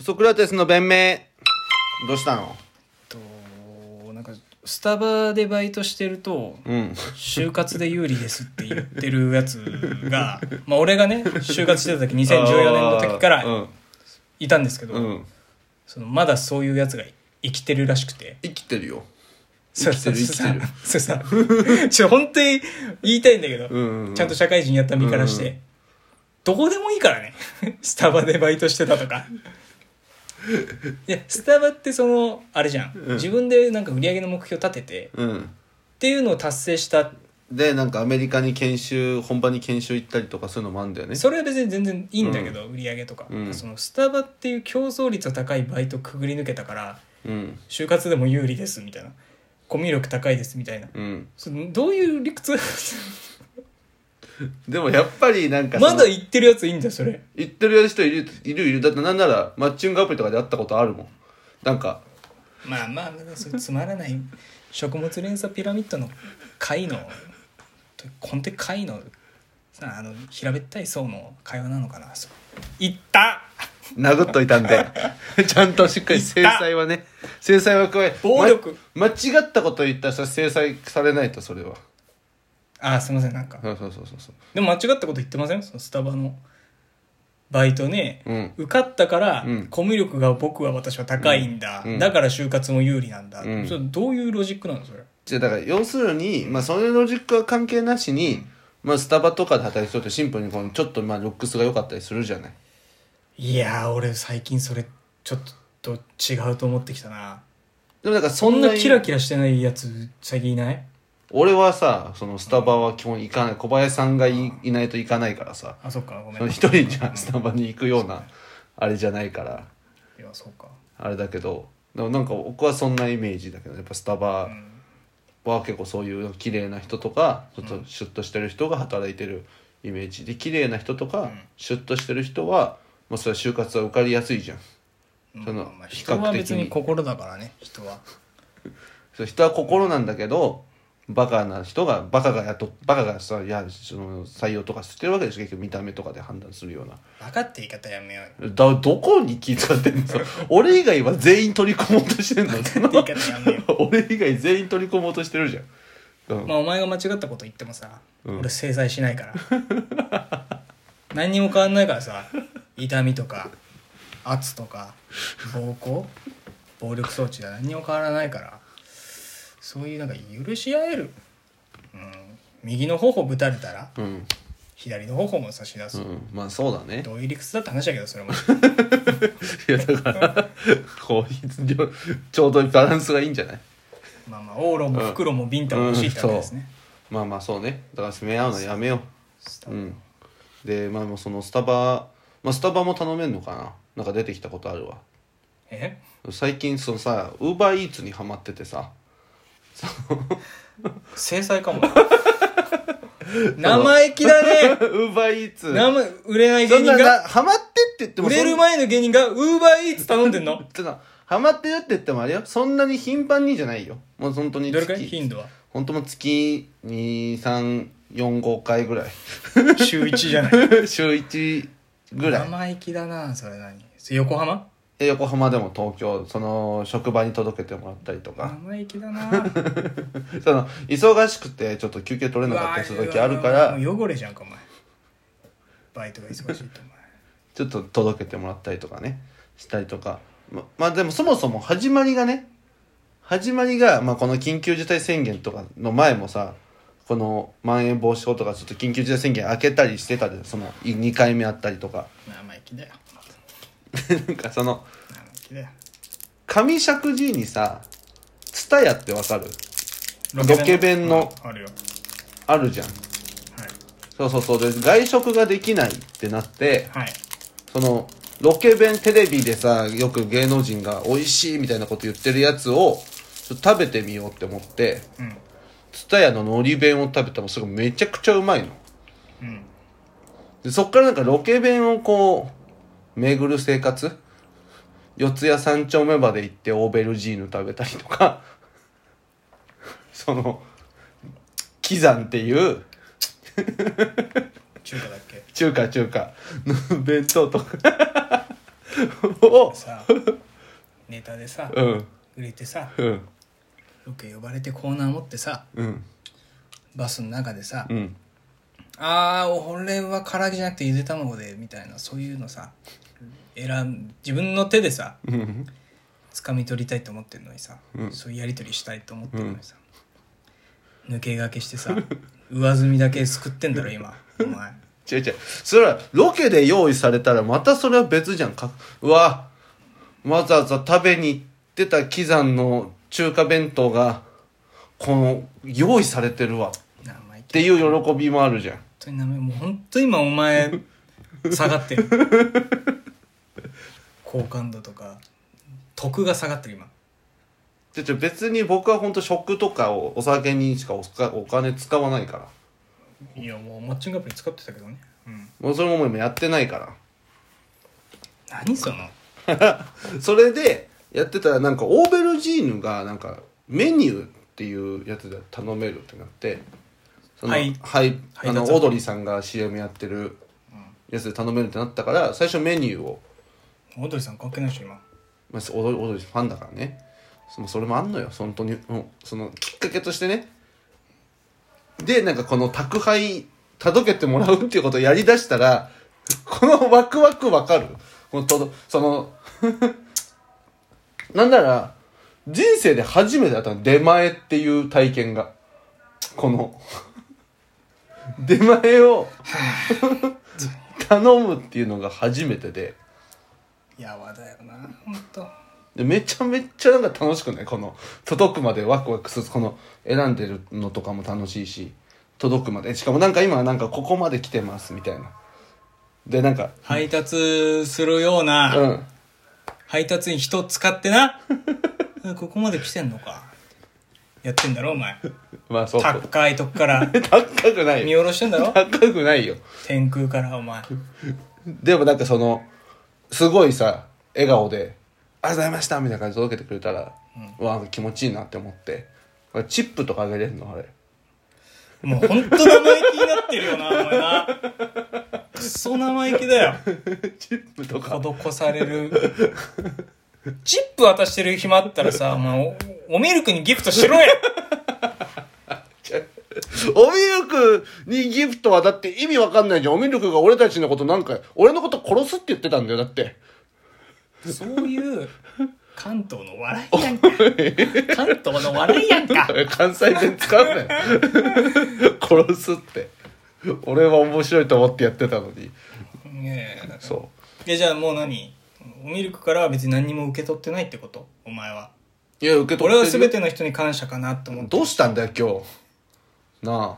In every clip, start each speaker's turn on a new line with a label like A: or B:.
A: ソクラテスの弁明どうしたの
B: となんかスタバでバイトしてると
A: うん
B: 就活で有利ですって言ってるやつ がまあ俺がね就活してた時2014年の
A: あ
B: 時か
A: ー
B: らいたんですけど、
A: うん、うん、
B: そのまだそういうやつが生きてるらしくて
A: 生きてるよ生
B: そう
A: きてる生きてる
B: そうさちょ本当に言いたいんだけど、
A: うんうんうん
B: ちゃんと社会人やった身からして、
A: うん
B: どこでもいいからね スタバでバイトしてたとかいやスタバってそのあれじゃん、
A: うん
B: 自分でなんか売り上げの目標立てて
A: うん
B: っていうのを達成した
A: でなんかアメリカに研修本場に研修行ったりとかそういうのもあるんだよね
B: それは別に全然いいんだけど、売り上げとか、
A: うん
B: そのスタバっていう競争率の高いバイトくぐり抜けたから
A: うん
B: 就活でも有利ですみたいなコミュ力高いですみたいな
A: うん
B: そのどういう理 屈
A: でもやっぱりなんかその
B: まだ言ってるやついいんだよそれ
A: 行ってるやる人いるいるいるだってなんならマッチングアプリとかで会ったことあるもんなんか
B: まあまあまあそれつまらない食物連鎖ピラミッドの貝の根底貝のさあの平べったい層の会話なのかなそう言った
A: 殴っといたん でちゃんとしっかり制裁はね制裁は加え
B: 暴力、
A: ま間違ったこと言ったらそれ制裁されないとそれは
B: あーすいませんなんか
A: そうそうそうそうそう
B: でも間違ったこと言ってませんそのスタバのバイトね、
A: うん
B: 受かったから、
A: うん
B: コミュ力が僕は私は高いんだ、
A: うん
B: だから就活も有利なんだ、
A: うん
B: それどういうロジックなのそれ
A: じゃあだから要するに、まあ、そういうロジックは関係なしに、まあ、スタバとかで働く人ってシンプルにこのちょっとまあルックスが良かったりするじゃない
B: いやー俺最近それちょっと違うと思ってきたな
A: でもなんか
B: そ
A: そ
B: ん
A: ん
B: な
A: な
B: キラキラしてないやつ最近いない
A: 俺はさそのスタバは基本行かない小林さんがいいないと行かないからさ
B: あそっかごめ
A: そ
B: ん
A: の
B: い
A: 一人じゃスタバに行くようなあれじゃないから
B: やそうか、
A: あれだけどでもなんか僕はそんなイメージだけどやっぱスタ
B: う
A: バ
B: ん、
A: は結構そういう綺麗な人とかちょっとシュッとしてる人が働いてるイメージで綺麗な人と
B: う
A: か
B: ん
A: シュッとしてる人はもうそれは就活は受かりやすいじゃんその
B: まあまあ
A: 比較的
B: 人は別に
A: に
B: 心だからね人は
A: そう人は心なんだけどバカな人がバカがやとバカがさいやその採用とかしてるわけでしょ結局見た目とかで判断するような
B: 分かって言い方やめようよ
A: だどこに気使 ってんのそれ俺以外は全員取り込もうとしてんのその
B: 言 い方やめよ
A: 俺以外全員取り込もうとしてるじゃん、うん
B: まあお前が間違ったこと言ってもさ、
A: うん
B: 俺制裁しないから 何にも変わんないからさ痛みとか圧とか暴行暴力装置だ何にも変わらないからそういうなんか許し合える、うん、右の頬ぶたれたら
A: うん
B: 左の頬も差し出
A: う
B: す、
A: ん、まあそうだね
B: どういう理屈だって話だけ どそれも
A: いやだから こうちょちょうどバランスがいいんじゃない
B: まあまあ往路も袋もビンタも欲しいってわけですね、
A: まあまあそうねだから攻め合うのやめよ
B: スタ
A: う
B: バ
A: うんでまあもうそのスタバ、まあ、スタバも頼めんのかななんか出てきたことあるわ
B: え
A: 最近そのさウーバーイーツにハマってて さ
B: 制 裁かも生意気だね
A: ウーバーイーツ
B: 生売れない
A: そ
B: 芸
A: ん
B: 人
A: な
B: が
A: なハマってって言っても
B: 売れ
A: そ
B: る
A: ん
B: 前の芸人がウーバーイーツ頼んでんの
A: ちょっとハマってるって言ってもあれよそんなに頻繁にじゃないよもう本当に
B: どれくらい頻度は
A: 本当もう月2345回ぐらい
B: 週1じゃ ない
A: 週1ぐらい
B: 生意気だなそれ何それ横浜
A: で横浜でも東京その職場に届けてもらったりとか、
B: 生意気 だなう
A: その忙しくてちょっと休憩取れなかったりする時あるから
B: もう汚れじゃんかお前バイトが忙しいってお
A: ちょっと届けてもらったりとかねしたりとかままあでもそもそも始まりがね始まりが、まあ、この緊急事態宣言とかの前もさこのまん延防止法とかちょっと緊急事態宣言開けたりしてたでそのい2回目あったりとか
B: 前生意気だよ
A: なんかその
B: 生意気だよ
A: 上石寺にさ「ツタヤってわかる
B: ロ
A: ロケ弁の
B: あるよ
A: あるじゃんそうそうそうで外食ができないってなって
B: はい、はい、
A: そのロケ弁テレビでさよく芸能人が美味しいみたいなこと言ってるやつをちょっと食べてみようって思って
B: うん
A: 蔦屋の海苔弁を食べたらそれがめちゃくちゃうまいの
B: うん
A: でそっからなんかロケ弁をこう巡る生活四谷三丁目まで行ってオーベルジーヌ食べたりとか その喜山っていう
B: 中華だっけ
A: 中華中華の弁当とか お
B: さネタでさ
A: うん
B: 売れてさ
A: うん
B: ロケ呼ばれてコーナー持ってさ
A: うん
B: バスの中でさ
A: うん
B: 「ああ俺は唐揚げじゃなくてゆで卵で」みたいなそういうのさ選ん自分の手でさ
A: うん
B: 掴み取りたいと思ってるのにさ、
A: うん
B: そういうやり取りしたいと思ってるのにさ、抜け駆けしてさ上積みだけすくってんだろ今お前
A: 違う違うそれはロケで用意されたらまたそれは別じゃんかうわわざわざ食べに行ってた喜山の中華弁当がこの用意されてるわっ
B: 生意気
A: ていう喜びもあるじゃん
B: 本当に名前もう本当今お前下がってる好感度とか得が下がってる今
A: ちょちょ別に僕は本当食とかをお酒にしかおかお金使わないから
B: いやもうマッチングアプリ使ってたけどね、うん、
A: もうそれももう今やってないから
B: 何その
A: それでやってたらなんかオーベルジーヌがなんかメニューっていうやつで頼めるってなってその
B: はい
A: はい
B: はい
A: あの
B: どうぞ
A: オードリーさんが CM やってるやつで頼めるってなったから最初メニューを、
B: オードリーさん関係ないでしょ今
A: まあ、オードリーオードリーファンだからねそのそれもあんのよ本当にうんそのきっかけとしてねでなんかこの宅配届けてもらうっていうことをやりだしたらこのワクワクわかるこのとどその なんなら人生で初めてだったの出前っていう体験がこの 出前を 頼むっていうのが初めてで
B: やわだよな本当
A: でめちゃめちゃなんか楽しくないこの届くまでワクワクするこの選んでるのとかも楽しいし届くまでしかもなんか今はなんかここまで来てますみたいなでなんか
B: 配達するような、
A: うん
B: 配達員人使ってな ここまで来てんのかやってんだろお前
A: まあそう高
B: 高いとこ から
A: くない
B: 見
A: よ
B: 下ろしてんだろ
A: 高くないよ
B: 天空からお前
A: でもなんかそのすごいさ笑顔で「ありがとうございました」みたいな感じで届けてくれたら、うわ気持ちいいなって思ってチップとかあげれるのあれ
B: もうほんと生意気になってるよなお前なクソ生意気 だよ
A: チップとか
B: 施されるチップ渡してる暇あったらさお前おおミルクにギフトしろや
A: おミルクにギフトはだって意味わかんないじゃん。おミルクが俺たちのことなんか、俺のこと殺すって言ってたんだよ、だって。
B: そういう関東の笑いやんか関東の笑いや んか
A: 関西弁使うな よ。殺すって。俺は面白いと思ってやってたのに。
B: ねえ
A: そ
B: えじゃあもう何おミルクからは別に何にも受け取ってないってことお前は
A: う。いや、受け取
B: 俺
A: って
B: は全ての人に感謝かなと思って
A: どうしたんだよ、今日。な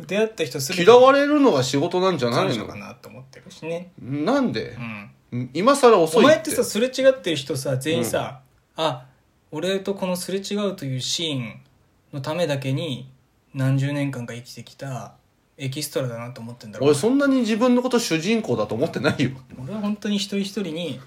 B: 出会った人
A: あ。
B: 全て
A: 嫌われるのが仕事なんじゃな
B: 感
A: い
B: 謝
A: の
B: かなと思ってるしね
A: なんで
B: うん
A: 今更遅
B: お
A: いって。
B: 前ってさすれ違ってる人さ全員さ、あ俺とこのすれ違うというシーンのためだけに何十年間か生きてきたエキストラだなと思ってんだろ
A: 俺そんなに自分のこと主人公だと思ってないよ。
B: 俺は本当に一人一人に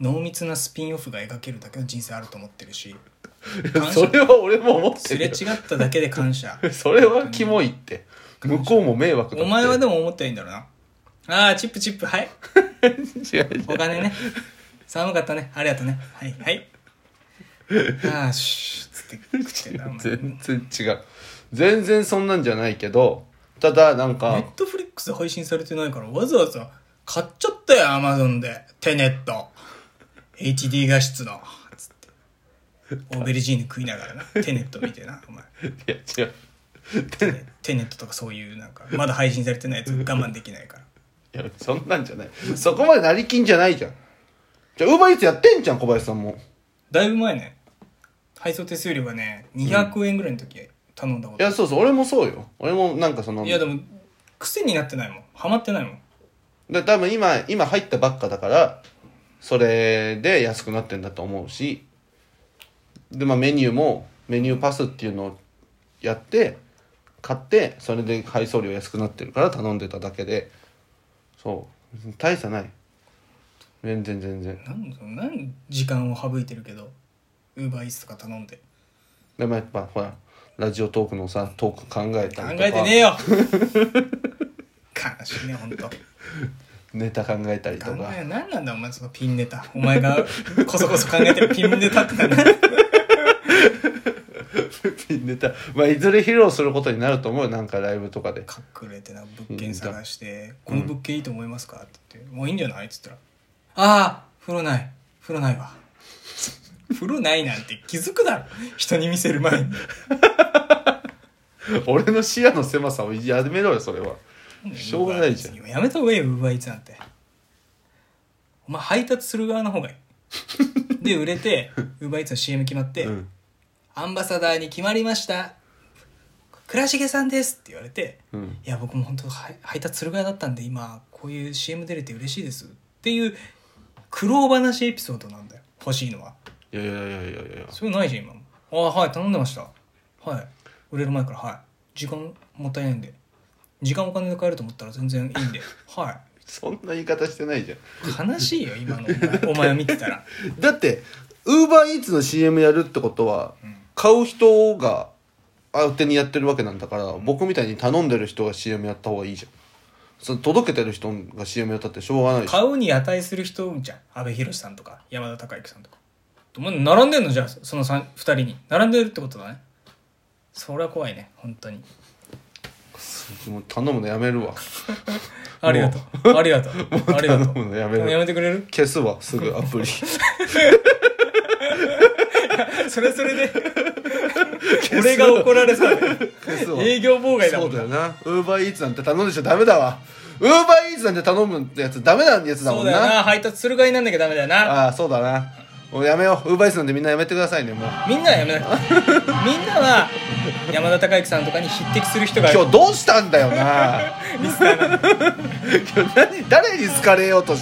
B: 濃密なスピンオフが描けるだけの人生あると思ってるし感謝
A: それは俺も思って
B: す
A: る
B: れ違
A: よ。
B: っただけで 感謝
A: それはキモいって。向こうも迷惑だって。
B: お前はでも思ってないんだろうなああチップチップはい
A: 違う違う
B: お 金ね寒かったねありがとうねはいはいああシュッつって口でなお前
A: 全然違う。全然そんなんじゃないけど、ただなん
B: ネ
A: か
B: ッ、トフリックス配信されてないからわざわざ買っちゃったよアマゾンでテネット HD 画質のつ ってオーベルジーヌ食いながらなテネット見てなお
A: い
B: 前
A: や違う。
B: テネテネットとかそういうなんかまだ配信されてないやつ我慢できないから
A: いや、そんなんじゃない。そこまで成金じゃないじゃん。じゃあ、ウーバーイーツやってんじゃん、小林さんも。
B: だいぶ前ね配送手数料がね200円ぐらいの時頼んだこ
A: い
B: と、
A: や、そうそう、俺もそうよ。俺もなんかその、
B: いやでも癖になってないもんハマってないもん
A: で多分今、今入ったばっかだから、それで安くなってんだと思うし、で、まあメニューも、メニューパスっていうのをやって、買って、それで配送料安くなってるから頼んでただけで、そう、大差ない。全然全然。
B: なんなん時間を省いてるけどウーバーイーツとか頼んで
A: でもやっぱ、ほら、ラジオトークのさ、トーク考え
B: 考
A: たりとか。
B: えてねえよ悲しいねほんと
A: ネタ考えたり
B: 考
A: とか
B: え何なんだお前そのピンネタお前がこそこそ考えてるピンネタって何だ
A: ピ ンネタ、まあ、いずれ披露することになると思うよなんかライブとかで
B: 隠れてな物件探して「この物件いいと思いますか?」って言って「もういいんじゃない?」っつったら「ああ風呂ない風呂ないわ」 風呂ないなんて気づくだろ人に見せる前に
A: 俺の視野の狭さをやめろよそれは しょうがないじゃん
B: Uber Eats やめた方がいいよウーバーイーツなんてお前配達する側の方がいいで売れてウーバーイーツの CM 決まって、
A: うん
B: アンバサダーに決まりました倉重さんですって言われて、
A: うん
B: いや僕も本当はい配達する側だったんで今こういう CM 出れて嬉しいですっていう苦労話エピソードなんだよ欲しいのはい
A: やいやいやいやいや
B: それないじゃん今もああはい頼んでましたはい売れる前からはい時間もったいないんで時間お金で買えると思ったら全然いいんでは
A: そんな言い方してないじゃん
B: い悲しいよ今のお前お前を見てたら
A: だってウーバーイーツの CM やるってことは、
B: ん
A: 買う人があ手にやってるわけなんだから僕みたいに頼んでる人が CM やった方がいいじゃんその届けてる人が CM やったってしょうがないし
B: 買うに値する人じゃん阿部寛さんとか山田孝之さんとかお前並んでんのじゃあその2人に並んでるってことだねそれは怖いね本当に
A: もう頼むのやめるわ
B: ありがとうありがとうありがと
A: 頼む
B: う
A: のやめ
B: や
A: る
B: めてくれる
A: 消すわす ぐアプリ
B: それはそれ で俺が怒られそうだよ
A: 消すわ
B: 営業妨害だ
A: そ
B: もん
A: う
B: な
A: だよなウーバーイーツなんて頼んでちゃダメだわウーバーイーツなんて頼むやつダメなやつだも
B: そうんだよ
A: な
B: な配達する側になんなきゃダメだよな
A: ああそうだなもうやめようウーバーイーツなんてみんなやめてくださいねもう
B: みんなはやめなみんなは山田孝之さんとかに匹敵する人が
A: 今日どうしたんだよな
B: リスナーなんだ
A: 今日何誰に好かれようとし